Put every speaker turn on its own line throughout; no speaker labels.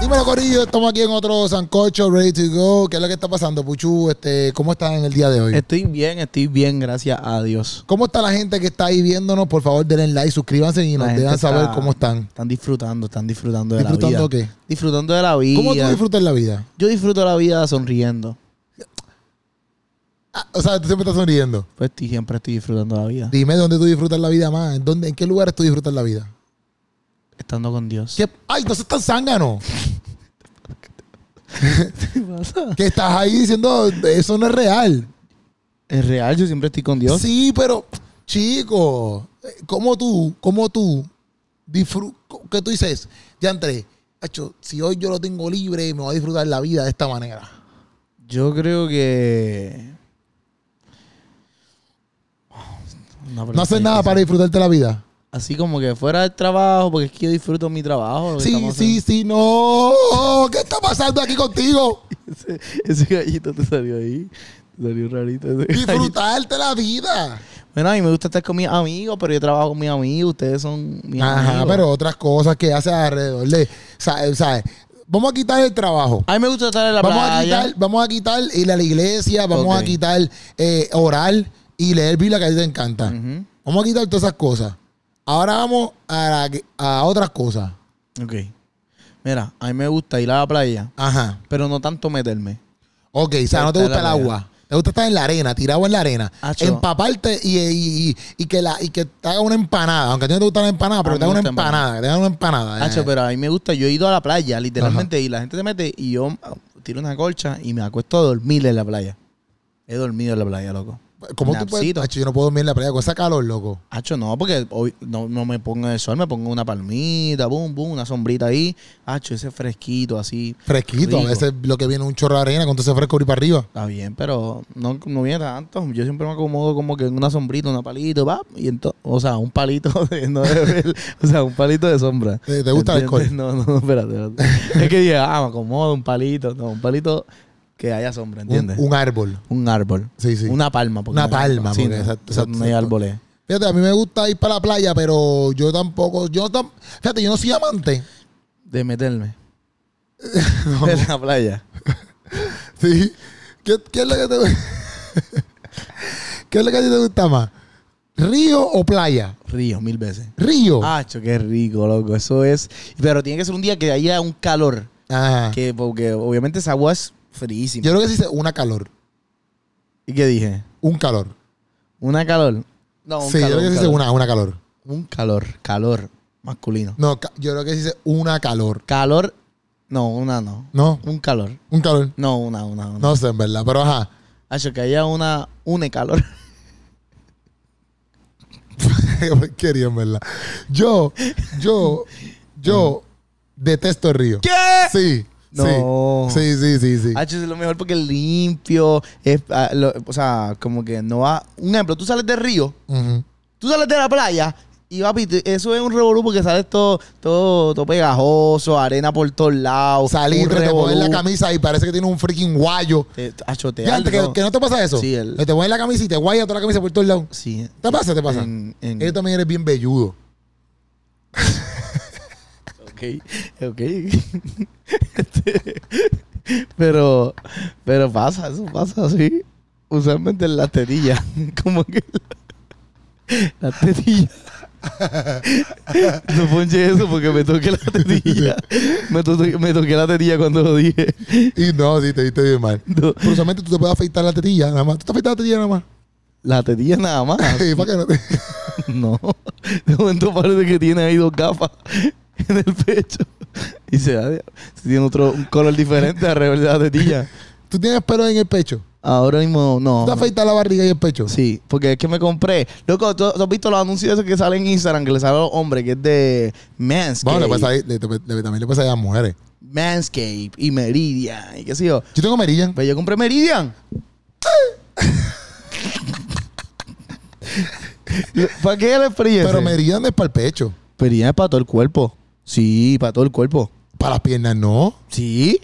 Dímelo, Corillo. Estamos aquí en otro Sancocho, ready to go. ¿Qué es lo que está pasando, Puchu? Este, ¿Cómo están en el día de hoy?
Estoy bien, estoy bien, gracias a Dios.
¿Cómo está la gente que está ahí viéndonos? Por favor, denle like, suscríbanse y
La
nos
gente
dejan
está-
saber cómo están.
Están disfrutando, están disfrutando de
¿Disfrutando
la vida.
qué?
Disfrutando de la vida.
¿Cómo tú disfrutas la vida?
Yo disfruto la vida sonriendo.
Ah, o sea, tú siempre estás sonriendo.
Pues estoy- siempre estoy disfrutando la vida.
Dime dónde tú disfrutas la vida más. ¿En, dónde, en qué lugares tú disfrutas la vida?
Estando con Dios.
¿Qué- ¡Ay, no seas tan zángano!
te pasa?
Que estás ahí diciendo, eso no es real.
Es real, yo siempre estoy con Dios.
Sí, pero, chico, eh, ¿cómo tú, cómo tú, disfru- qué tú dices? Ya entré, si hoy yo lo tengo libre, me voy a disfrutar la vida de esta manera.
Yo creo que. Una
No
pregunta
haces nada
difícil.
para disfrutarte la vida.
Así como que fuera del trabajo, porque es que yo disfruto mi trabajo. lo que
Sí,
estamos
sí, sí, no. ¿Qué está pasando aquí contigo?
haciendo. Ese, ese gallito te salió ahí. Te salió rarito. Ese gallito.
Disfrutarte la vida.
Bueno, a mí me gusta estar con mis amigos, pero yo trabajo con mis amigos, ustedes son mis
Ajá,
amigos.
pero otras cosas que haces alrededor de, ¿sabes? ¿sabes? Vamos a quitar el trabajo.
A mí me gusta estar en la
vamos a
playa.
quitar, vamos a quitar ir a la iglesia, vamos
Ok.
a quitar eh, orar y leer Biblia que a ti te encanta.
Ujú.
Vamos a quitar todas esas cosas. Ahora vamos a, la- a otras cosas.
Ok. Mira, a mí me gusta ir a la playa,
Ajá.
pero no tanto meterme.
Ok, o sea, no te gusta
Está
el
la
agua. Te gusta estar en la arena, tirado en la arena.
Acho.
Empaparte y, y- y- y que la, y que te haga una empanada. Aunque a ti no te gusta la empanada, pero
A mí
te haga
me
una
gusta
empanada. Te haga una empanada.
Hacho,
Eh,
pero a mí me gusta, yo he ido a la playa, literalmente, y la gente se mete y yo ah, tiro una colcha y me acuesto a dormir en la playa. He dormido en la playa, loco.
¿Cómo tú puedes?
pues, napsito.
Acho, yo no puedo dormir en la playa con esa calor, loco.
Hacho, no, porque hoy no, no me pongo en el sol, me pongo una palmita, boom, boom, una sombrita ahí. Hacho, ese fresquito así.
Fresquito. A
Rico.
veces lo que viene es un chorro de arena con todo ese fresco y para arriba.
Está bien, pero no, no viene tanto. Yo siempre me acomodo como que en una sombrita, una palito, va, y entonces, o sea, un palito de, no de ver, o sea, un palito de sombra.
¿Te, te gusta el alcohol?
¿Entiendes? No, no, no, espérate, espérate. Es que dije, ah, me acomodo un palito, no, un palito que haya sombra, ¿entiendes?
Un, un árbol.
Un, árbol.
Sí, sí.
Una palma. porque
Una
no hay-
palma,
sí,
porque
no,
exacto,
no hay
exacto.
árboles.
Fíjate, a mí me gusta ir para la playa, pero yo tampoco, yo tam- fíjate, yo no soy amante.
De meterme. En la playa.
Sí. ¿Qué, qué es lo que te ¿Qué es lo que a ti te gusta más? ¿Río o playa?
Río, mil veces.
Río.
Hacho, qué rico, loco. Eso es. Pero tiene que ser un día que haya un calor.
Ajá.
Que, porque obviamente esa agua es fríísima.
Ah. Yo creo que se dice una calor.
¿Y qué dije?
Un calor.
¿Una calor? No,
sí, yo creo que se dice una, una calor.
Un calor, calor masculino.
No, ca- yo creo que se dice una calor.
Calor, no, una no.
No,
Un calor.
un calor.
No, una, una, una.
No sé, en verdad, pero ajá.
Hacho, que haya una, une calor.
Qué porquería, en verdad. Yo, yo, yo detesto el río.
¿Qué?
Sí.
No.
Sí, sí, sí, sí. sí.
Hacho, es lo mejor porque es limpio. Es, ah, lo- o sea, como que no va. Un ejemplo, tú sales del río,
Ujú.
tú sales de la playa. Y papi, te- eso es un revolú porque sales todo, todo, todo pegajoso, arena por todos lados. un
Saliste, te pones la
revolú.
camisa y parece que tiene un freaking guayo.
Te- Hacho, te
Ya,
arde
antes que,
todo.
que no te pasa eso.
Sí, el-
Que te pones la camisa y te guaya toda la camisa por todos lados.
Sí. eh,
¿Te pasa? ¿Te pasa?
En- en-
Él también eres bien velludo.
Ok, ok. Este, pero, pero pasa, eso pasa así. Usualmente en las tetillas. Como que la- las tetillas. No ponche eso porque me toqué la tetilla. Me, to- me toqué la tetilla cuando lo dije.
Y no, sí, te viste bien mal.
No,
Pero usualmente tú te puedes afeitar la tetilla nada más. Tú te afeitas la tetilla nada más.
la tetilla nada más.
Sí, para que no te...
No. De momento parece que tiene ahí dos gafas en el pecho. Y se da. se tiene otro un color diferente alrededor de la tetilla.
Tú tienes pelo en el pecho.
Ahora mismo no.
Tú te afeitas la barriga y el pecho.
Sí, porque es que me compré. Loco, ¿tú, tú has visto los anuncios esos que salen en Instagram que le salen a los hombres? Que es de Manscape.
Bueno, le pasa ahí- le- le- le- también le pasa ahí a las mujeres.
Manscape y Meridian y qué sé yo.
Yo tengo Meridian.
Pero yo compré Meridian. Lo- ¿Para qué la experiencia?
Pero Meridian es para el pecho.
Meridian es para todo el cuerpo. Sí, para todo el cuerpo.
Para las piernas no.
Sí.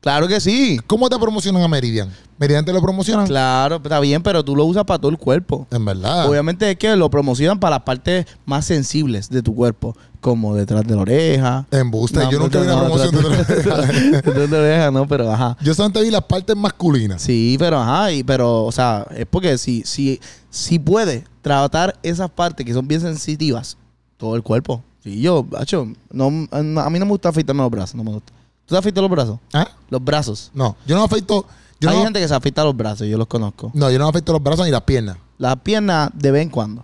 Claro que sí.
¿Cómo te promocionan a Meridian? ¿Meridian te lo promocionan?
Claro, está bien, pero tú lo usas para todo el cuerpo.
En verdad.
Obviamente es que lo promocionan para las partes más sensibles de tu cuerpo, como detrás de la oreja.
En Buster,
No,
yo nunca vi una
no,
promoción
detrás-
de
detrás de la oreja, no, pero ajá.
Yo solamente vi las partes masculinas.
Sí, pero ajá, y, pero, o sea, es porque si, si, si puede tratar esas partes que son bien sensitivas, todo el cuerpo. Sí, yo, macho, no, no, a mí no me gusta afeitarme los brazos, no me gusta. ¿Tú te afeitas los brazos?
¿Ah?
Los brazos.
No, yo no afecto. Yo
Hay
no,
gente que se afeita los brazos, yo los conozco.
no, yo no afecto los brazos ni las piernas.
Las piernas de vez en cuando.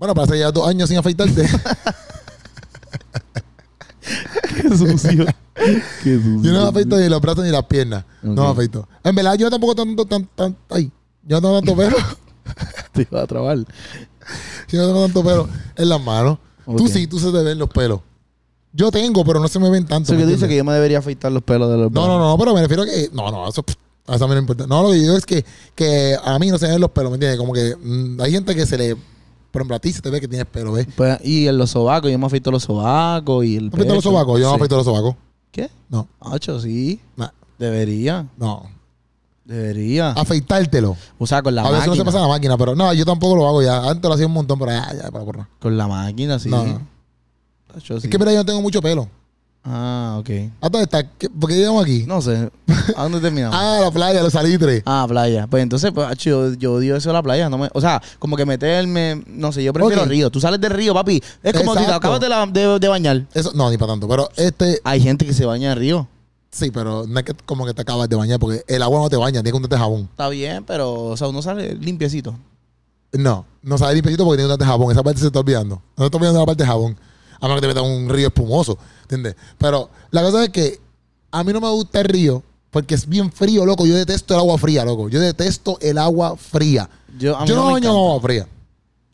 Bueno, para hacer ya dos años sin afeitarte.
Qué sucio. Qué sucio.
yo no me afeito ni los brazos ni las piernas. No me
Ok.
afeito. En verdad, yo tampoco tanto, tan, tan, ay, yo no tengo tanto pelo.
Te iba a trabar.
Yo no tengo tanto pelo en las manos. Tú
Ok.
sí, tú se te ven los pelos. Yo tengo, pero no se me ven tanto.
Eso
¿me
que tú dices que
entiendes?
yo me debería afeitar los pelos de los
No, no, no, pero me refiero a que. No, no, eso. pff, Eso a mí no importa. No, lo que yo digo es que, que a mí no se me ven los pelos, ¿me entiendes? Como que mm, hay gente que se le. Por ejemplo, a ti se te ve que tienes pelo, ¿ves?
Pues, y en los sobacos, yo me afeito los sobacos y el
¿No afecto los
pecho.
sobacos? Yo no
Sí.
afecto los sobacos.
¿Qué?
No,
Ocho, sí.
no,
Debería.
no.
Debería.
Afeitártelo.
o sea, con Ah. la
Ah. a veces no se
máquina.
pasa la máquina, pero no, yo tampoco lo hago ya. Antes lo hacía un montón, pero ya, ya, para porra.
Con la máquina, sí.
No, no.
Ocho, sí.
Es que mira, yo no tengo mucho pelo.
Ah, ok.
¿Hasta dónde está? ¿Qué- ¿Por qué llegamos aquí?
No sé. ¿A dónde terminamos?
Ah, la playa, los salitres.
Ah, playa. Pues entonces, pues, acho, yo, yo odio eso de la playa. No me, o sea, como que meterme, no sé, yo prefiero
Ok.
río. Tú sales del río, papi. Es como si te
Exacto.
acabas de, la- de- de bañar.
Eso, no, ni para tanto. Pero este,
Hay gente que se baña en río.
sí, pero no es que como que te acabas de bañar, porque el agua no te baña, tienes que untarte jabón.
Está bien, pero, o sea, uno sale limpiecito.
No, no sabes limpiecito porque tienes que untarte jabón. Esa parte se está olvidando. No te está olvidando la parte de jabón. A menos que te metas en un río espumoso, ¿entiendes? Pero la cosa es que a mí no me gusta el río porque es bien frío, loco. Yo detesto el agua fría, loco. Yo detesto el agua fría.
Yo, a mí
Yo no,
me
me baño
encanta.
con agua fría.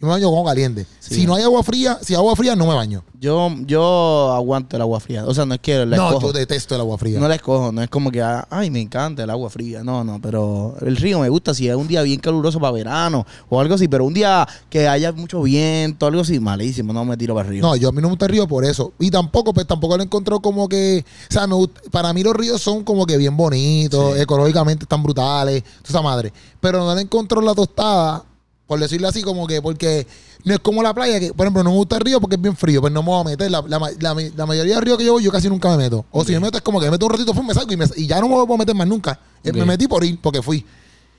Yo me baño con agua caliente.
Sí.
Si no hay agua fría, si hay agua fría, no me baño.
Yo, yo aguanto el agua fría. O sea, no es que la
no,
escojo.
yo detesto el agua fría.
No la escojo. No es como que, ah, ay, me encanta el agua fría. No, no, pero el río me gusta. Si es un día bien caluroso para verano o algo así, pero un día que haya mucho viento, algo así, malísimo. No me tiro para el río.
No, yo a mí no me gusta el río por eso. Y tampoco, pues tampoco lo encontró como que. O sea, me gust- para mí los ríos son como que bien bonitos,
Sí.
ecológicamente están brutales, toda esa madre. Pero no le encontró la tostada, por decirlo así, como que, porque no es como la playa, que por ejemplo no me gusta el río porque es bien frío, pues no me voy a meter. La, la ma- la mi- la mayoría de ríos que yo voy, yo casi nunca me meto. O si me meto es como que me meto un ratito, pues me salgo y, me- y ya no me voy a meter más nunca. Eh, Me
Ok.
metí por ir, porque fui.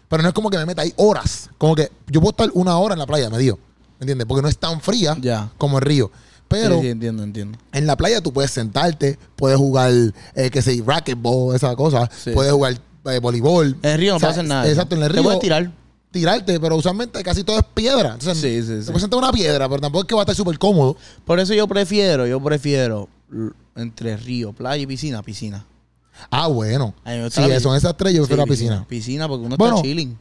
Pero no es como que me meta ahí horas. Como que yo puedo estar una hora en la playa, me dio. ¿Me entiendes? Porque no es tan fría
Ya.
como el río. Pero
Sí, sí, entiendo, entiendo.
en la playa tú puedes sentarte, puedes jugar, eh, que sé, racquetball, esas cosas,
Sí.
puedes jugar eh, voleibol.
En el río no
O sea,
pasa nada.
Exacto, en el río.
Te puedes tirar.
Tirarte, pero usualmente casi todo es piedra. Entonces,
Sí, sí,
te
sí.
puedes sentar en una piedra, pero tampoco es que va a estar súper cómodo.
Por eso yo prefiero, yo prefiero l- entre río, playa y piscina, piscina.
Ah, bueno.
A mí me gusta
Sí,
la piscina.
son esas tres, yo prefiero
Sí,
la piscina.
Piscina, porque uno
Bueno.
está chilling.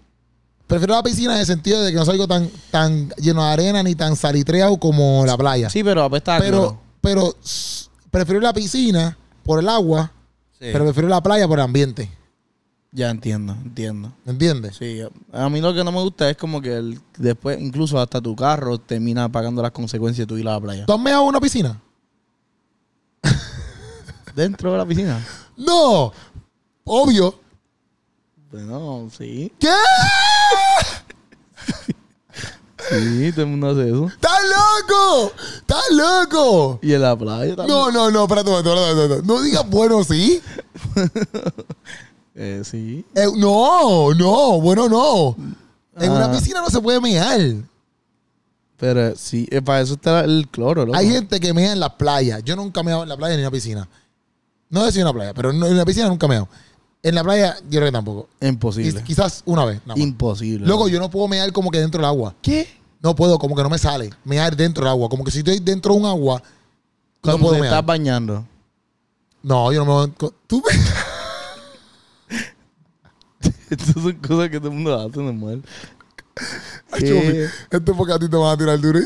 Prefiero la piscina en el sentido de que no salgo tan, tan lleno de arena ni tan salitreado como la playa.
Sí, pero pues apesta a
pero,
cloro.
pero s- prefiero la piscina por el agua,
Sí.
pero prefiero la playa por el ambiente.
Ya entiendo, entiendo.
¿Me entiendes?
Sí, a mí lo que no me gusta es como que el- después, incluso hasta tu carro termina pagando las consecuencias de tu ir a la playa.
¿Tú has meado en una piscina?
Dentro de la piscina.
No, obvio.
Bueno, sí.
¿Qué?
Sí, todo el mundo hace eso.
¡Estás loco! ¡Estás loco!
Y en la playa también.
No, no, no, espérate un momento, espérate un momento. No digas bueno, sí.
Eh, sí.
Eh, no, no, bueno, no. En una
Ah.
piscina no se puede mear.
Pero eh, sí, eh, para eso está el cloro, loco.
Hay gente que mea en las playas. Yo nunca meo en la playa ni en una piscina. No sé si en una playa, pero no- en una piscina nunca meo. En la playa, yo creo que tampoco. Quiz-
Imposible.
quizás una vez. nada más.
Imposible.
Loco, yo no puedo mear como que dentro del agua.
¿Qué?
No puedo, como que no me sale. Mear dentro del agua. Como que si estoy dentro de un agua,
Cuando
no puedo
te
mear.
estás bañando.
No, yo no me voy a... ¿Tú me-
Estas son cosas que todo el mundo hace normal.
Ay,
¿Qué?
Chofi, Esto es porque a ti te van a tirar duro.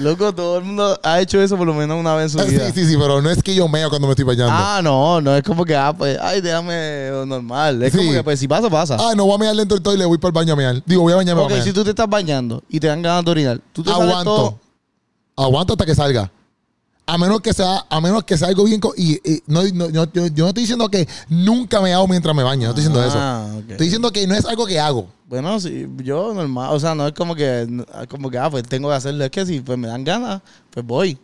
Loco, todo el mundo ha hecho eso por lo menos una vez en su
Ah, sí,
vida.
sí, sí, pero no es que yo meo cuando me estoy bañando. Ah,
Ah, no, no es como que, ah, pues, ay, déjame normal. Es como
Sí. Ah,
que, pues, si pasa, pasa.
no voy a mear dentro del toile, voy para el baño a mear. Digo, voy a bañarme
ok,
a mear.
si tú te estás bañando y te dan ganas de orinar, tú te sales
Aguanto.
todo.
Aguanto hasta que salga. A menos que sea, a menos que sea algo bien. co- Y, y no, no- no- yo, yo no estoy diciendo que nunca me hago mientras me baño. No estoy diciendo eso.
Ah, ok.
Estoy diciendo que no es algo que hago.
Bueno, sí, yo normal, o sea, no es como que, como que, ah, pues tengo que hacerlo, es que si pues me dan ganas, pues voy.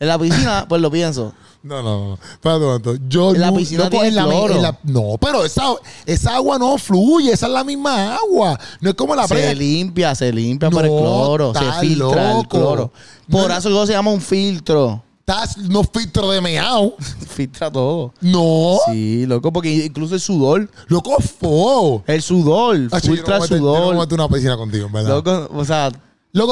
En la piscina, pues lo pienso.
No, no, no. Espérate un momento. Yo
En la
nu-
piscina
loco,
tiene
en la mi-
cloro.
en la- no, pero esa, esa agua no fluye. Esa es la misma agua. No es como la
Se
playa.
limpia, se limpia por el
No,
cloro, se
está
filtra el
loco.
cloro. Por
No.
eso luego se llama un filtro.
Estás no filtro de meao.
Filtra todo.
No.
Sí, loco, porque incluso el sudor,
Loco, fo.
el sudor,
Acho, Ah, yo no
filtra
me
el
meto- yo no me
sudor.
meto en una piscina contigo, en ¿verdad? Loco.
Loco, o sea,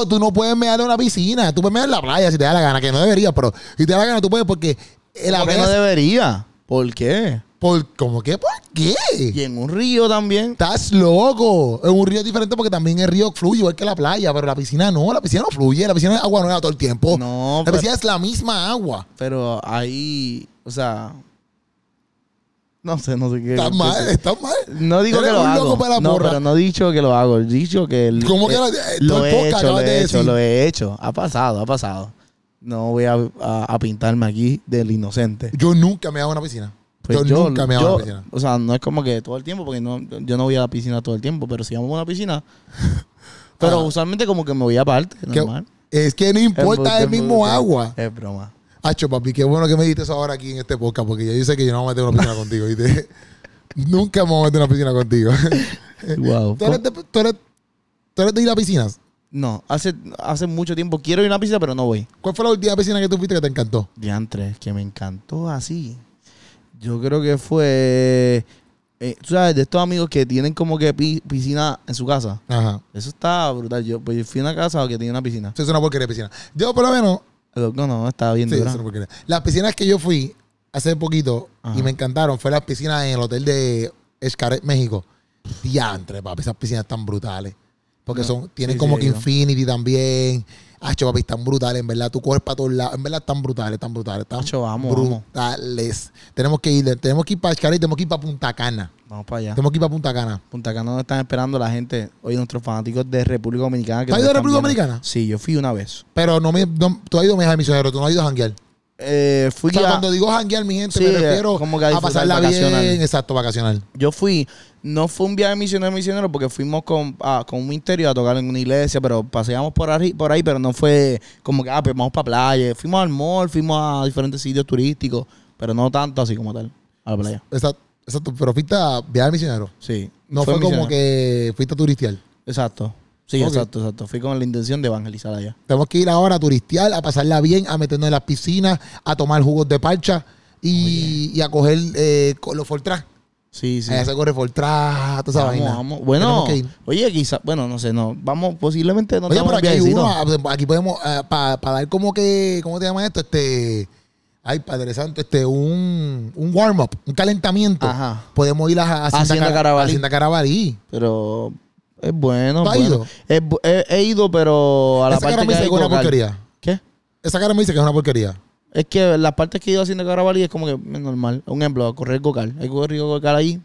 tú no puedes mear en una piscina. Tú puedes mear en la playa si te da la gana, que no deberías, pero si te da la gana tú puedes porque el
¿por
agua
qué no debería? ¿Por qué?
por, ¿Cómo que por qué?
Y en un río también.
Estás loco. En un río es diferente porque también el río fluye igual que la playa, pero la piscina no, la piscina no fluye, la piscina es agua nueva todo el tiempo.
No,
Oh, la
pero-
piscina es la misma agua.
Pero ahí, o sea, no sé, no sé qué.
Estás
qué
mal,
sé.
estás mal.
No digo que
Eres
lo
un
hago.
loco para la
no,
porra.
pero no he dicho que lo hago. He dicho que. el-
¿Cómo que
eh,
lo- eh, todo
lo
el
he
podcast
hecho? Lo
acabas de
he hecho,
decir.
lo he hecho. Ha pasado, ha pasado. No voy a, a- a pintarme aquí del inocente.
Yo nunca me hago en una piscina.
Pues
yo, nunca me hago en
yo-
una piscina.
O sea, no es como que todo el tiempo, porque no, yo no voy a la piscina todo el tiempo, pero si vamos a una piscina. Pero
Ah.
usualmente como que me voy aparte,
Que-
normal.
es que no importa
Embuste,
el mismo
embuste.
agua.
Es broma.
Hacho, papi, qué bueno que me dijiste eso ahora aquí en este podcast, porque ya yo sé que yo no me voy a meter en una piscina contigo, ¿viste? Nunca me voy a meter en una piscina contigo.
Wow.
¿Tú eres, de, tú, eres, tú eres de ir a piscinas?
No, hace, hace mucho tiempo quiero ir a una piscina, pero no voy.
¿Cuál fue la última piscina que tú fuiste que te encantó?
Diantres, que me encantó así. Yo creo que fue. eh, Tú sabes, de estos amigos que tienen como que pi- piscina en su casa.
Ajá.
Eso está brutal. Yo, pues yo fui a una casa que tenía una piscina.
Eso es una porquería de piscina. Yo, por lo menos,
Loco, no, estaba bien
sí, eso
dura.
es una porquería. Las piscinas que yo fui hace poquito
Ajá.
y me encantaron fue las piscinas en el hotel de Escaret, México. Diantre, papi, esas piscinas tan brutales. Porque
No,
son, tienen
sí,
como
sí,
que
yo.
Infinity también. Hacho, papi, están brutales, en verdad. Tu cuerpo a todos lados. En verdad, están brutales, están brutales. Están
Hacho, vamos, vamos.
brutales. Tenemos que ir, tenemos que ir para Escaret, tenemos que ir para Punta Cana.
Vamos para allá.
Tenemos que ir para Punta Cana.
Punta Cana nos están esperando la gente. Hoy nuestros fanáticos de República Dominicana. que
¿Has
nos
ido a
están
República
viendo.
Dominicana?
Sí, yo fui una vez.
Pero no me, no- tú has ido a mi misionero, tú no has ido a janguear.
Eh, fui
O sea,
a-
cuando digo janguear, mi gente,
Sí,
me refiero
como que a
a
disfrutar
pasarla
vacacional.
bien. Exacto, vacacional.
Yo fui, no fue un viaje misionero misionero porque fuimos con, ah, con un ministerio a tocar en una iglesia, pero paseamos por ahí, por ahí, pero no fue como que, ah, pues vamos para playa. Fuimos al mall, fuimos a diferentes sitios turísticos, pero no tanto así como tal, a la playa.
Exacto, exacto, pero fuiste a viaje misionero.
Sí.
No fue, como
misionero.
que fuiste a turistear.
Exacto. Sí,
Ok.
exacto, exacto. Fui con la intención de evangelizar allá.
Tenemos que ir ahora a turistear, a pasarla bien, a meternos en las piscinas, a tomar jugos de parcha y, y a coger eh, con los Fortran.
Sí, sí.
Allá se corre Fortran, toda esa
Vamos,
vaina.
vamos. Bueno,
Tenemos que ir.
oye, quizás, bueno, no sé, no. Vamos, posiblemente no
Oye,
tengamos
pero aquí hay
viajecito.
uno, ah, aquí podemos, para dar como que, ¿cómo te llama esto? Este, ay, padre santo, este, un, un warm-up, un calentamiento.
Ajá.
Podemos ir a, a
Hacienda
Cara-
Carabalí.
Hacienda Carabalí.
Pero es bueno.
¿Tú has
bueno.
ido?
Es bu- he, he ido, pero a la
Esa cara
parte
me
que
dice
hay
que es una
local.
porquería.
¿Qué?
Esa cara me dice que es una porquería.
Es que las partes que he ido haciendo Carabalí es como que es normal. Un ejemplo, a correr Gocal. Hay que correr Gocal ahí.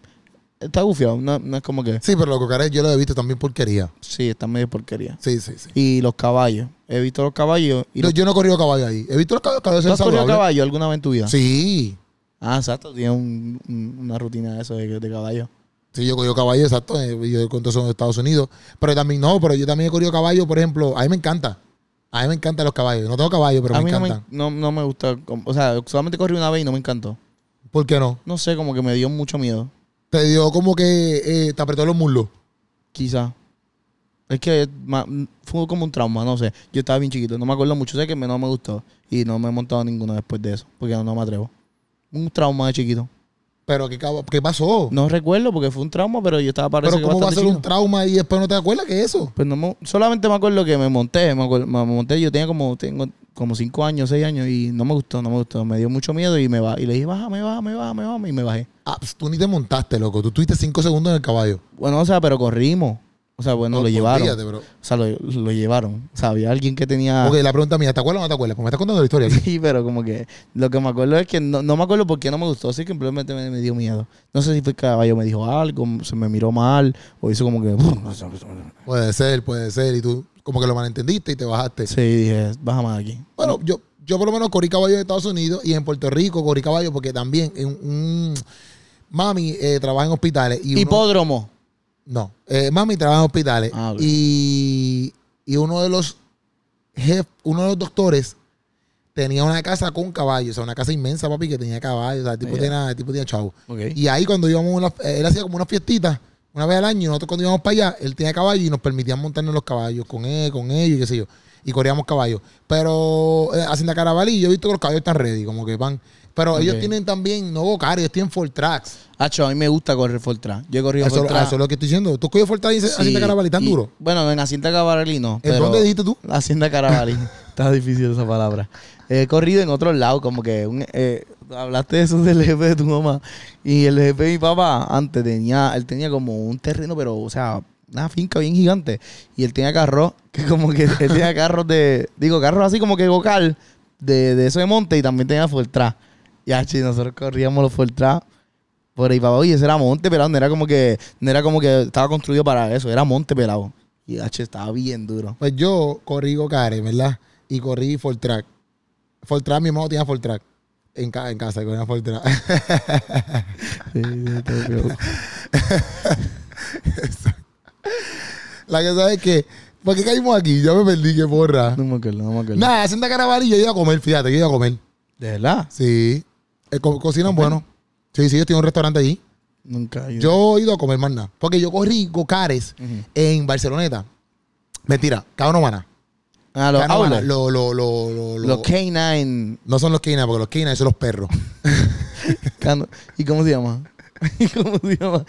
Está bufiado. No, no es como que.
Sí, pero los cocares yo lo he visto también porquería.
Sí, está medio porquería.
Sí, sí, sí.
Y los caballos. He visto los caballos. Y
No,
los,
yo no he corrido caballo ahí. He visto los caballos, caballos
¿Tú has
son
corrido
saludables.
caballo alguna vez en tu vida?
Sí.
Ah, exacto. Tiene un- un- una rutina de eso de, de caballo.
Sí, yo he corrido caballo, exacto. eh, Yo conté eso en Estados Unidos. Pero también, no, pero yo también he corrido caballo, por ejemplo. A mí me encanta. A mí me encantan los caballos. No tengo caballo, pero
a
me
mí no me,
encantan.
no, no me gusta. com- O sea, solamente corrí una vez y no me encantó.
¿Por qué no?
No sé, como que me dio mucho miedo.
Te dio como que eh, te apretó los muslos.
Quizá. Es que ma- fue como un trauma, no sé. Yo estaba bien chiquito, no me acuerdo mucho. Sé que me- no me gustó. Y no me he montado ninguna después de eso, porque no, no me atrevo. Un trauma de chiquito.
Pero ¿qué, cab- qué pasó?
No recuerdo porque fue un trauma, pero yo estaba parece
pero
que
¿cómo va a
bastante
ser
chiquito.
un trauma y después no te acuerdas que eso?
Pues no me- solamente me acuerdo que me monté, me, acuer- me monté, yo tenía como, tengo como cinco años, seis años, y no me gustó, no me gustó. Me dio mucho miedo y me ba- y le dije, bájame, bájame, bájame, bájame, y me bajé.
Ah, pues, tú ni te montaste, loco. Tú estuviste cinco segundos en el caballo.
Bueno, o sea, pero corrimos. O sea, bueno, lo
Pues,
llevaron.
fíjate, bro.
O sea, lo, lo llevaron. O sea, había alguien que tenía.
Ok, la pregunta mía, ¿te acuerdas o no te acuerdas? Pues me estás contando la historia.
Sí, pero como que lo que me acuerdo es que no, no me acuerdo por qué no me gustó, así que simplemente me, me dio miedo. No sé si fue el caballo me dijo algo, se me miró mal, o hizo como que.
Puede ser, puede ser. Y tú como que lo malentendiste y te bajaste.
Sí, dije, bájame de aquí.
Bueno, yo, yo por lo menos corrí caballo de Estados Unidos y en Puerto Rico corrí caballo porque también en un- mami eh, trabaja en hospitales y uno-
Hipódromo.
no, eh, mami trabaja en hospitales
Ah, ok.
y, y uno de los jef- uno de los doctores tenía una casa con caballos, o sea, una casa inmensa, papi, que tenía caballos, o sea, el tipo,
Mira.
tenía, el tipo tenía chavo.
Ah, Ok.
Y ahí cuando íbamos, a una- él hacía como una fiestita, una vez al año, y nosotros cuando íbamos para allá, él tenía caballo y nos permitían montarnos los caballos con él, con ellos, y qué sé yo. Y corríamos caballos. Pero eh, haciendo carabalí, yo he visto que los caballos están ready, como que van. Pero ellos
Ok.
tienen también, no vocar, ellos tienen full tracks.
Hacho, a mí me gusta correr Fortran. Yo he corrido
Eso,
Fortran.
eso es lo que estoy diciendo. ¿Tú coges full track y haces-
Sí,
haciendo carabalí tan
y-
duro?
Bueno, en Hacienda Carabalí no.
¿En
pero-
dónde dijiste tú?
Hacienda Carabalí. Está difícil esa palabra. He corrido en otros lados, como que un- eh, hablaste de eso del jefe de tu mamá. Y el jefe de mi papá antes tenía, él tenía como un terreno, pero, o sea, una finca bien gigante. Y él tenía carros, que como que él tenía carros de, digo, carros así como que vocal de, de eso de monte y también tenía Fortran. Y achi, nosotros corríamos los Fortran por ahí para abajo y ese era monte pelado, no era como que, no era como que estaba construido para eso, era monte pelado. Y H estaba bien duro.
Pues yo corrí Gocare, ¿verdad? Y corrí full track. Full track, mi hermano tenía full track. En, ca- en casa, corría full track. La que sabe es que, ¿por qué caímos aquí? Ya me perdí, qué porra.
no me acuerdo, no me acuerdo.
Nada, haciendo Carabalí yo iba a comer, fíjate, yo iba a comer.
¿De verdad?
Sí. Eh, co- cocinan bueno. Sí, sí, yo tengo un restaurante allí.
Nunca. he ido.
Yo he ido a comer más nada. Porque yo corrí Gocares
Ujú.
en Barceloneta. Mentira, Cabo Novana.
Ah, los
Cabo Novana,
Owlers.
lo- lo- lo- lo- lo-
Los K9.
No son los quina, porque los quina son los perros.
Cano- ¿Y cómo se llama? ¿Y cómo se llama?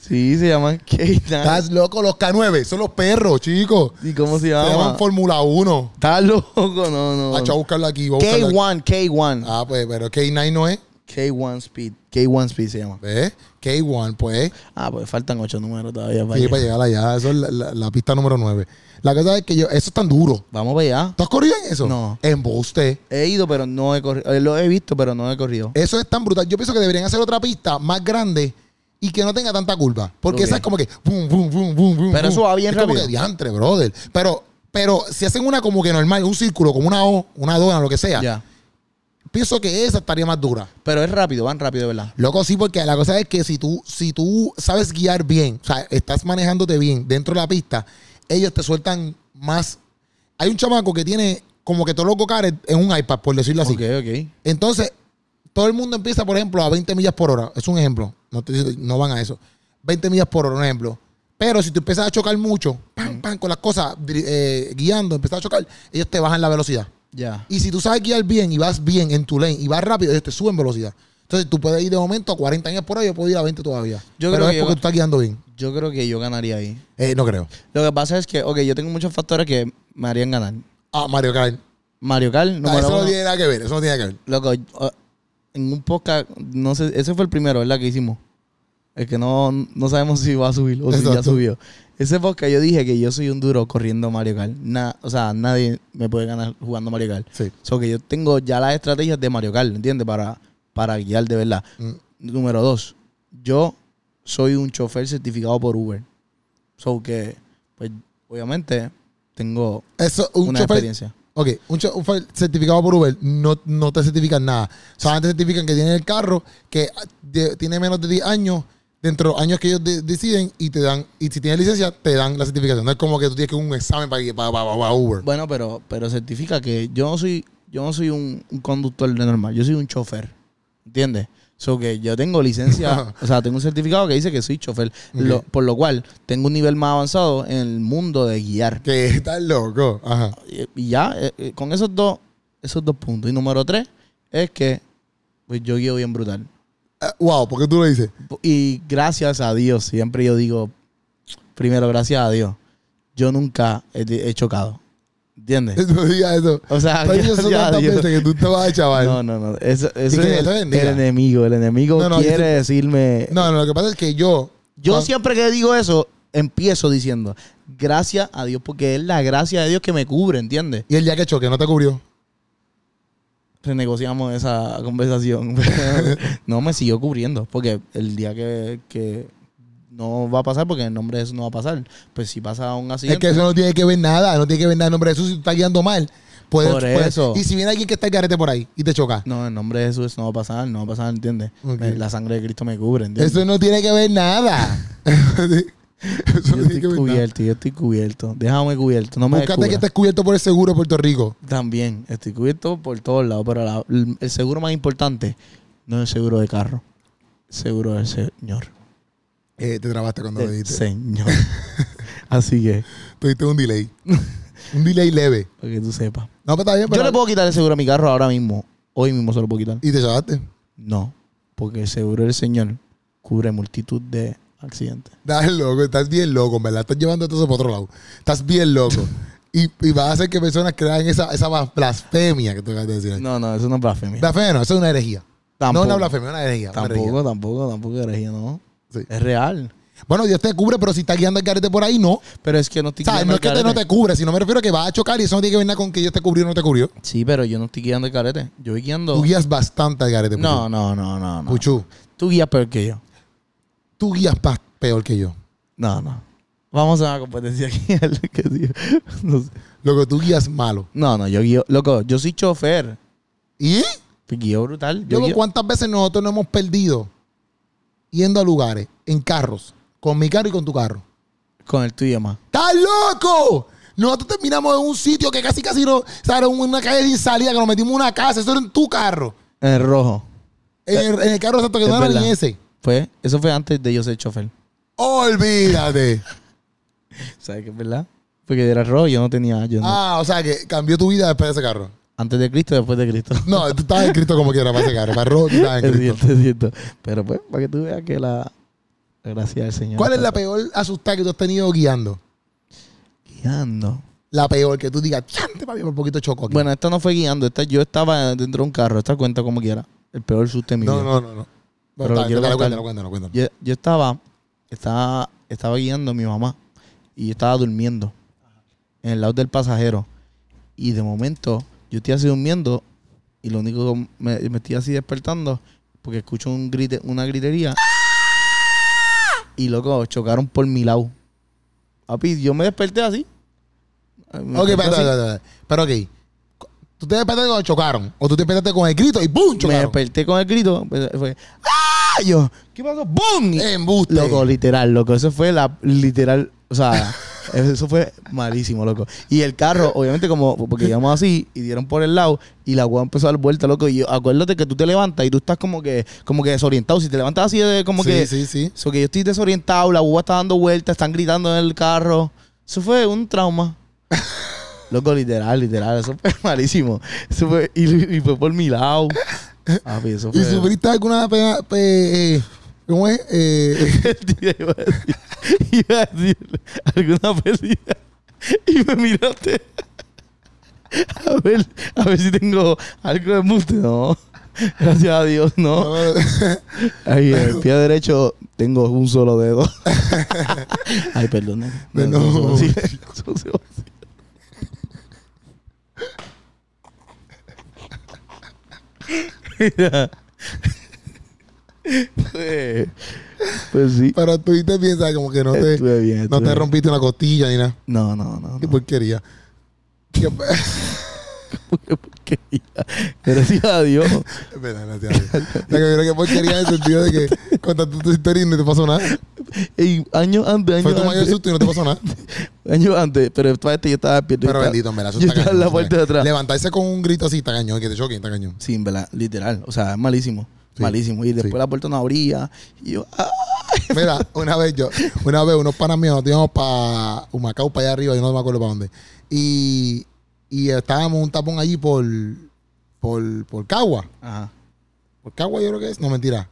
Sí, se llaman K9.
Estás loco, los K9 son los perros, chicos.
¿Y cómo se
Se Ah,
llama?
llaman Fórmula 1.
Estás loco, no, no.
Hacho, a buscarlo aquí, voy a buscarlo aquí.
K1, K1.
Ah, pues, pero K9 no es.
K1 Speed. K1 Speed se llama.
¿Ves? K1, pues.
Ah, pues faltan ocho números todavía para
Sí, pues
allá.
para llegar allá. Eso es la, la- la pista número 9. La cosa es que yo, eso es tan duro.
Vamos para allá.
¿Tú has corrido en eso?
No.
En Boste.
He ido, pero no he corrido. Eh, Lo he visto, pero no he corrido.
Eso es tan brutal. Yo pienso que deberían hacer otra pista más grande y que no tenga tanta curva. Porque
Ok.
esa es como que boom, boom, boom, boom, boom.
Pero eso
boom.
va bien
es Como
rápido.
que diantre, brother. Pero, pero si hacen una como que normal, un círculo, como una O, una dona, lo que sea,
Ya.
pienso que esa estaría más dura.
Pero es rápido, van rápido, ¿verdad?
Loco, sí, porque la cosa es que si tú, si tú sabes guiar bien, o sea, estás manejándote bien dentro de la pista, ellos te sueltan más. Hay un chamaco que tiene como que todos los gocares en un iPad, por decirlo así.
Ok, ok.
Entonces, todo el mundo empieza, por ejemplo, a 20 millas por hora. Es un ejemplo. No, estoy diciendo- no van a eso. 20 millas por hora, un ejemplo. Pero si tú empiezas a chocar mucho, pam, pam, con las cosas, dri- eh, guiando, empiezas a chocar, ellos te bajan la velocidad.
Ya.
Y si tú sabes guiar bien y vas bien en tu lane y vas rápido, ellos te suben velocidad. Entonces tú puedes ir de momento a 40 millas por hora, yo puedo ir a 20 todavía.
Yo
Pero
creo
es
que
porque
yo-
tú estás guiando bien.
Yo creo que yo ganaría ahí.
Eh, no creo.
Lo que pasa es que, ok, yo tengo muchos factores que me harían ganar.
Ah, Mario Kart.
Mario Kart,
Ah,
número
eso no
uno.
tiene nada que ver, eso no tiene nada que ver.
Loco, o- en un podcast, no sé, ese fue el primero, ¿verdad? Que hicimos. El que no, no sabemos si va a subir o si ya
Exacto.
subió. Ese podcast yo dije que yo soy un duro corriendo Mario Kart. Na- o sea, nadie me puede ganar jugando Mario Kart.
Sí.
So que yo tengo ya las estrategias de Mario Kart, ¿entiendes? Para, para guiar de verdad.
Mm.
Número dos, yo soy un chofer certificado por Uber. So que, pues, obviamente, tengo
Eso, un
una
chofer
experiencia.
Ok, un, cho- un fal- certificado por Uber no, no te certifican nada. Solamente certifican que tienes el carro, que ah, de- tiene menos de 10 años, dentro de los años que ellos de- deciden y te dan, y si tienes licencia, te dan la certificación. No es como que tú tienes que un examen para, que- para, para- para Uber.
Bueno, pero, pero certifica que yo no soy, yo no soy un, un conductor de normal, yo soy un chofer. ¿Entiendes? So que yo tengo licencia, o sea, tengo un certificado que dice que soy chofer, lo-
Ok.
por lo cual tengo un nivel más avanzado en el mundo de guiar.
Que estás loco. Ajá.
Y- y ya, eh, eh, con esos dos, esos dos puntos. Y número tres es que pues yo guío bien brutal.
Ah, wow, ¿por qué tú lo dices?
Y gracias a Dios, siempre yo digo, primero, gracias a Dios, yo nunca he, he chocado. ¿Entiendes?
No digas eso.
O sea,
Pero yo
gracias
son
a
tantas
Dios.
veces que tú te vas a chaval.
No,
No.
no, no. Eso, eso
que
es
Dios te
el,
bendiga.
el enemigo. El enemigo
No, no, yo
quiere
te-
decirme.
no, lo que pasa es que yo.
Yo
cuan-
siempre que digo eso, empiezo diciendo, gracias a Dios, porque es la gracia de Dios que me cubre, ¿entiendes?
Y el día que choque, no te cubrió.
renegociamos esa conversación. no me siguió cubriendo, porque el día que, que no va a pasar, porque el nombre de eso no va a pasar, pues si pasa un
Es que
accidente.
eso no tiene que ver nada, no tiene que ver nada en nombre de Jesús si tú estás guiando mal. Puede,
Por
puede-
eso.
Y si viene alguien que está el carete por ahí y te choca.
No, en nombre de Jesús no va a pasar, no va a pasar, ¿entiendes?
Ok.
Me- La sangre de Cristo me cubre, ¿entiendes?
Eso no tiene que ver nada. Eso
yo
no tiene
estoy
que ver nada.
cubierto, yo estoy cubierto. Déjame cubierto, no me
Búscate que
descubras.
estés cubierto por el seguro de Puerto Rico.
También, estoy cubierto por todos lados, pero la- el seguro más importante no es el seguro de carro, el seguro del Señor.
Eh, te trabaste cuando lo
Del
dijiste.
Señor. Así que,
Tuviste un delay. un delay leve.
para que tú sepas.
No, pero está bien, pero.
Yo le puedo quitar el seguro a mi carro ahora mismo. Hoy mismo se lo puedo quitar.
Y te llevaste.
No, porque el seguro del Señor cubre multitud de accidentes.
Estás loco, estás bien loco, ¿verdad? Estás llevando todo eso para otro lado. Estás bien loco. y, y vas a hacer que personas crean esa, esa blasfemia que tú acabas de decir. ahí.
No, no, eso no es blasfemia.
Blasfemia no, eso es una herejía.
Tampoco.
No una blasfemia, una herejía. una herejía.
Tampoco, tampoco, tampoco herejía, no.
Sí.
Es real.
Bueno, Dios te cubre, pero si estás guiando el carrete por ahí, no.
Pero es que no estoy
O sea,
guiando
no
el
es que te- no
carete.
te cubre, sino me refiero a que vas a chocar y eso no tiene que ver nada con que Dios te cubrió o no te cubrió.
Sí, pero yo no estoy guiando el carete. Yo voy guiando.
Tú guías bastante al garete.
no, no, no, no, no.
Puchu. Puchu,
Tú guías peor que yo.
tú guías pa- peor que yo.
No, no. Vamos a una competencia aquí. a ver qué digo. no, sé.
Lo que tú guías malo.
no, no, yo guío. Loco, yo soy chofer.
¿Y?
Guío brutal. Yo
Luego,
guío-
¿cuántas veces nosotros nos hemos perdido yendo a lugares en carros? Con mi carro y con tu carro.
con el tuyo más.
¡Estás loco! Nosotros terminamos en un sitio que casi casi no. O sea, era una calle sin salida, que nos metimos en una casa. Eso era en tu carro.
En el rojo.
En el, en el carro exacto que
Eh, Es
no era ni
verdad.
ese.
Fue, eso fue antes de yo ser chofer.
Olvídate.
¿Sabes qué es verdad? Porque era rojo, yo no tenía. Yo no-
ah, o sea que cambió tu vida después de ese carro.
Antes de Cristo, después de Cristo.
No, tú estabas en Cristo como quiera para ese carro. Para rojo, tú estabas en Ah,
Es
Cristo.
cierto, es cierto. Pero pues, para que tú veas que la la gracia del Señor.
¿Cuál es la
está
peor asustada que tú has tenido guiando?
guiando?
La peor, que tú digas, chante, papi, por poquito choco aquí.
Bueno, esta no fue guiando, esta yo estaba dentro de un carro, esta cuenta como quiera. El peor susto de mi
no,
vida.
no, no, no.
Pero lo
Bueno,
quiero
cuéntalo,
contar.
cuéntalo, cuéntalo, cuéntalo.
Yo, yo estaba, estaba, estaba guiando a mi mamá y yo estaba durmiendo en el lado del pasajero. Y de momento yo estoy así durmiendo y lo único que me, me estoy así despertando porque escucho un grite, una gritería. Y loco, chocaron por mi lado. Papi, yo me desperté así. Me
Ok,
desperté
espérate,
así.
espérate, espérate. Pero ok. Tú te despertaste cuando chocaron. O tú te despertaste con el grito y ¡boom!
Me
Chocaron.
desperté con el grito. pues, Fue, ¡Ah! Yo, ¿qué pasó? ¡Bum! Y-
Embuste.
Loco, literal, loco. Eso fue la literal. O sea, eso fue malísimo, loco. Y el carro, obviamente, como porque íbamos así y dieron por el lado y la agua empezó a dar vuelta, loco. Y yo, acuérdate que tú te levantas y tú estás como que, como que desorientado. Si te levantas así, de, como
sí,
que.
sí, sí.
So que yo estoy desorientado, la uva está dando vueltas, están gritando en el carro. Eso fue un trauma. Loco, literal, literal. Eso fue malísimo. Eso fue, y, y fue por mi lado. Papi, eso fue.
¿Y sufriste alguna pena? pe- eh, ¿Cómo es? Eh,
Iba a decir- iba a decir alguna pérdida. Y me miraste. A ver, a ver si tengo algo de muste. No. Gracias a Dios, no. Ahí en el pie derecho tengo un solo dedo. Ay, perdón.
De
No,
nuevo.
no se va a decir, no se va a decir. Mira. Pues, pues sí.
pero tú te piensas como que no te,
Estuve bien.
no
estuve
te
bien.
rompiste una costilla ni nada.
No, no, no.
Qué
no.
porquería. Qué pe-
Qué porquería. Gracias a Dios.
Es verdad, gracias a Dios. O sea, que mira qué porquería en el sentido de que contaste tu historia y no te pasó nada.
Ey, años antes,
Fue
años
tu mayor
antes.
susto y no te pasó nada.
Años antes. Pero para este yo estaba despierto. yo
Pero
estaba-
bendito, en verdad, eso
Yo
está
estaba en la
cañón,
parte
¿sabes?
de atrás.
Levantarse con un grito así está cañón, que te choquen, está cañón.
Sí, en verdad, literal. O sea, es malísimo.
Sí,
Malísimo. Y después
sí.
la puerta no abría. Y yo, ah,
Mira, una vez yo, una vez unos panas míos nos íbamos para Humacao, para allá arriba, yo no me acuerdo para dónde. Y, y estábamos un tapón allí por, por, por Cagua.
ajá.
Por Pues Cagua yo creo que es. No, mentira.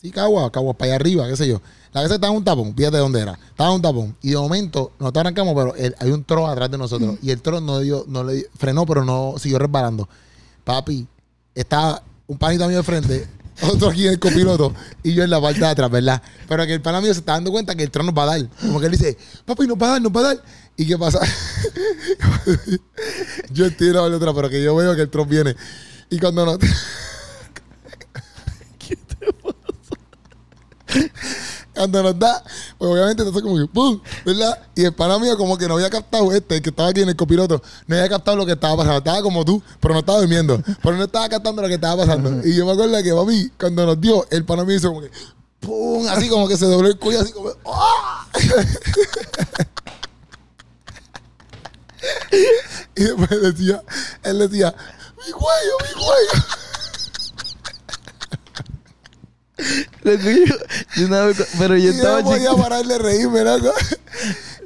Sí, Cagua, Cagua, para allá arriba, qué sé yo. La casa estaba en un tapón, fíjate dónde era. Estaba en un tapón. Y de momento, nosotros arrancamos, pero el- hay un tro atrás de nosotros. Y el tro no dio, no le dio- frenó, pero no siguió resbalando. Papi, estaba un panita mío de frente, otro aquí en el copiloto, y yo en la parte de atrás, ¿verdad? Pero que el pana mío se está dando cuenta que el tro nos va a dar. Como que él dice, papi, nos va a dar, nos va a dar. ¿Y qué pasa? yo estoy en la parte de atrás, pero que yo veo que el tro viene. Y cuando no. cuando nos da, pues obviamente entonces como que ¡pum! ¿Verdad? Y el pana mío como que no había captado este, el que estaba aquí en el copiloto, no había captado lo que estaba pasando. Estaba como tú, pero no estaba durmiendo. Pero no estaba captando lo que estaba pasando. Y yo me acuerdo que papi, cuando nos dio, el pana mío hizo como que ¡pum! Así como que se dobló el cuello, así como ¡ah! Y después decía, él decía, mi cuello, mi cuello.
Loco, yo- yo una vez- pero yo
Y yo
estaba
no podía
chiquito.
parar de reírme, loco.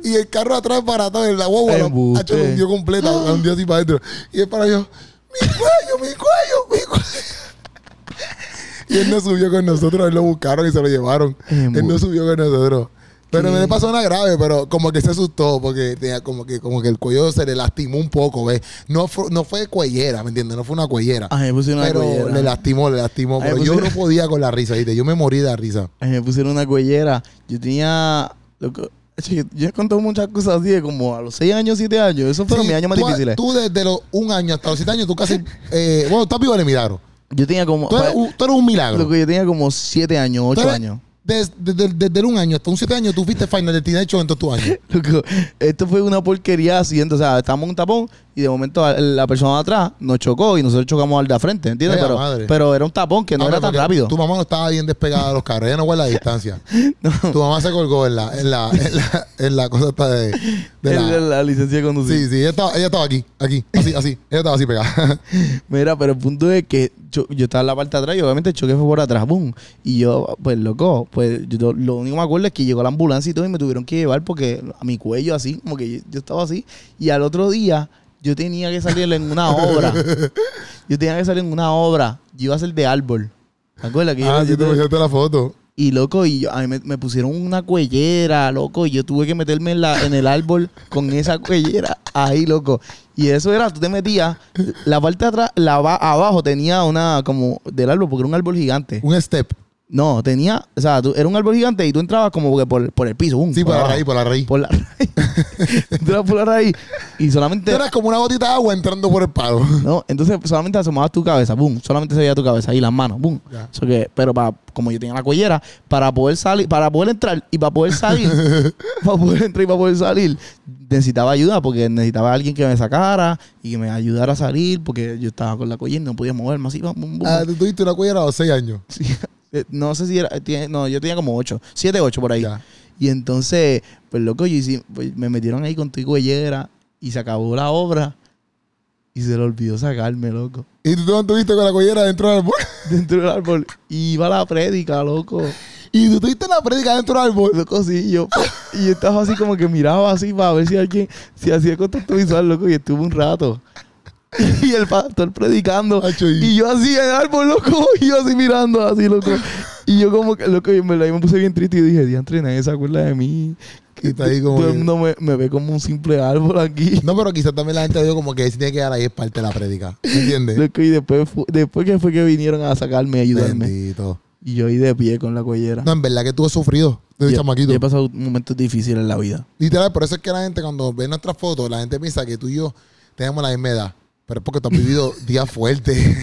Y el carro atrás baratado en la guagua. La,
Embuste. Ah.
hacho, lo hundió completa, la hundió así para adentro. Y él para yo, mi cuello, mi cuello, mi cuello. Y él no subió con nosotros, él lo buscaron y se lo llevaron. Él no
Embuste.
subió con nosotros. Pero
¿Qué?
no le pasó nada grave, pero como que se asustó porque tenía como que como que el cuello se le lastimó un poco, ¿ves? No fue, no fue cuellera, ¿me entiendes? No fue una cuellera.
Ay, me pusieron una
pero
cuellera.
le lastimó, le lastimó.
Ay, me
Pero yo no
pusieron-
podía con la risa, ¿viste? Yo me morí de la risa.
Ay, eh, me pusieron una cuellera. Yo tenía. loco, che, yo, yo he contado muchas cosas así de como a los 6 años, 7 años. Esos fueron
Sí,
mis años más
tú,
difíciles.
Tú desde los un año hasta los siete años, tú casi. eh, bueno, estás vivo en el milagro.
yo tenía como.
Tú eres,
pa-
un, tú eres un milagro.
loco, yo tenía como 7 años,
Tú
8
eres-
años.
des- Desde, desde, el un año hasta un siete años, tú fuiste final de Teenage Show en todos tus años.
Loco, esto fue una porquería haciendo, o sea, estábamos en un tapón y de momento a- la persona de atrás nos chocó y nosotros chocamos al de al frente, ¿entiendes?
Ay, la
Pero,
madre.
pero era un tapón que no
Ah,
era
pero
tan
porque
rápido.
Tu mamá no estaba bien despegada de los carros, ella no guarda la distancia. Tu mamá se colgó en la, en la, en la, en la cosa esta de, de
Era
la.
la, licencia de conducir.
Sí, sí, ella estaba, ella estaba aquí, aquí, así, así. Ella estaba así pegada.
Mira, pero el punto es que yo, yo estaba en la parte de atrás y obviamente el choque fue por atrás, boom. Y yo, pues loco, pues yo, lo único que me acuerdo es que llegó la ambulancia y todo y me tuvieron que llevar porque a mi cuello así, como que yo, yo estaba así. Y al otro día yo tenía que salir en una obra. yo tenía que salir en una obra. Yo iba a ser de árbol. ¿Te acuerdas? Que yo-
ah, sí,
yo
te
te-
pusiste la foto.
y loco, y yo- a mí me, me pusieron una cuellera, loco, y yo tuve que meterme en, la, en el árbol con esa cuellera ahí, loco. Y eso era, tú te metías, la parte de atrás, la ba- abajo tenía una como del árbol, porque era un árbol gigante.
Un step.
No, tenía, o sea, tú- era un árbol gigante y tú entrabas como que por, por el piso, boom,
Sí, por la
abajo,
raíz, por la raíz.
Por la raíz. Entrabas por la raíz y
Tú
solamente...
eras como una gotita de agua entrando por el palo.
No, entonces solamente asomabas tu cabeza, boom, solamente se veía tu cabeza y las manos, boom.
Ya.
Eso que, pero para, como yo tenía la collera, para poder salir, para poder entrar y para poder salir, para poder entrar y para poder salir, necesitaba ayuda porque necesitaba a alguien que me sacara y que me ayudara a salir porque yo estaba con la collera y no podía moverme así, bum, bum, bum.
Ah, tú tuviste una cuellera a los seis años.
Sí. Eh, no sé si era, tiene- no, yo tenía como ocho, siete, ocho por ahí.
Ya.
Y entonces, pues loco, yo hice- pues, me metieron ahí con tu collera y se acabó la obra y se le olvidó sacarme, loco.
Y tú te mantuviste con la collera dentro del árbol.
dentro del árbol. Y iba a la prédica, loco.
Y tú tuviste la prédica dentro del árbol.
Loco, sí, yo. Y yo estaba así como que miraba así para ver si alguien, si hacía contacto visual, loco, y estuve un rato. Y el pastor predicando.
Hacho, y-
Y yo así en el árbol, loco, y yo así mirando, así, loco. Y yo como que, loco, y en verdad yo me puse bien triste y dije, diantre, nadie se acuerda de mí.
Y está ahí como
Todo el
que-
mundo me, me ve como un simple árbol aquí.
No, pero quizás también la gente vio como que si tiene que dar ahí es parte de la prédica. ¿Me entiendes?
Loco, y después, fu- después que fue que vinieron a sacarme y ayudarme.
Bendito.
Y yo ahí de pie con la collera.
No, en verdad que tú has sufrido desde
Yo-
chamaquito.
yo he pasado momentos difíciles en la vida.
Literal, por eso es que la gente cuando ve nuestras fotos, la gente piensa que tú y yo tenemos la misma edad. Pero es porque tú has vivido días fuertes.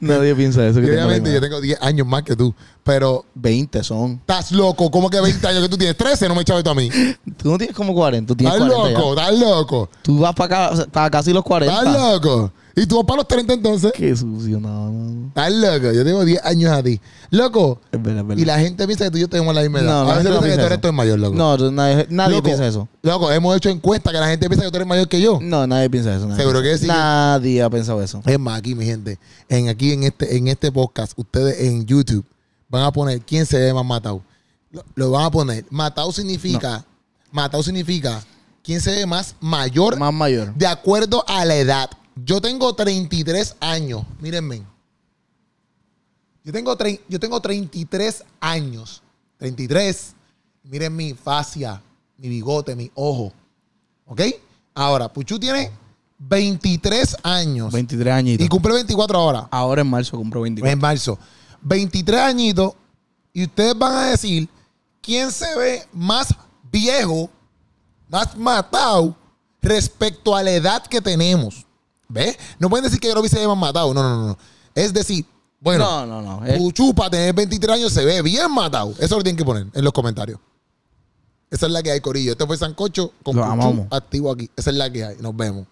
Nadie piensa eso.
Y
Que tengo
obviamente
la
yo
misma
tengo
edad.
10 años más que tú. Pero
20 son.
estás loco. ¿Cómo que 20 años que tú tienes? 13, no me echas esto a mí.
Tú no tienes como 40, tú tienes
Estás
40 ya.
loco, estás loco.
Tú vas para, acá, para casi los 40.
Estás loco. ¿Y tú vas para los 30 entonces?
Qué sucio, no, no, no.
Estás loco. Yo tengo 10 años a ti. Loco.
Es verdad, es verdad.
Y la gente piensa que tú y yo tenemos la misma edad. a
No, la
veces
gente
piensa que
no
tú
piensa
eres
eso.
todo el mayor, loco.
No, tú- nadie, nadie
Loco,
piensa eso.
Loco, hemos hecho encuestas que la gente piensa que tú eres mayor que yo.
No, nadie piensa eso. nadie
Seguro
piensa
que
eso.
sí.
Nadie ha pensado eso.
Es más, aquí, mi gente, en aquí en este, en este podcast, ustedes en YouTube van a poner quién se ve más matado. Lo, lo van a poner. Matado significa, matado significa quién se ve más mayor
Más mayor.
de acuerdo a la edad. Yo tengo 33 años. Mírenme. Yo tengo, tre- yo tengo 33 años. 33. Miren mi fascia, mi bigote, mi ojo. ¿Ok? Ahora, Puchu tiene 23 años.
23 añitos.
Y cumple 24 ahora.
Ahora en marzo compro 24.
En marzo. 23 añitos. Y ustedes van a decir quién se ve más viejo, más matado respecto a la edad que tenemos. ¿Ves? No pueden decir que Groby se ve más matado. No, no, no, no. Es decir, Bueno,
no, no, no. eh,
Puchupa, tener 23 años, se ve bien matado. Eso lo tienen que poner en los comentarios. Esa es la que hay, Corillo. Este fue Sancocho con
Lo
Puchu
amamos.
activo aquí. Esa es la que hay. Nos vemos.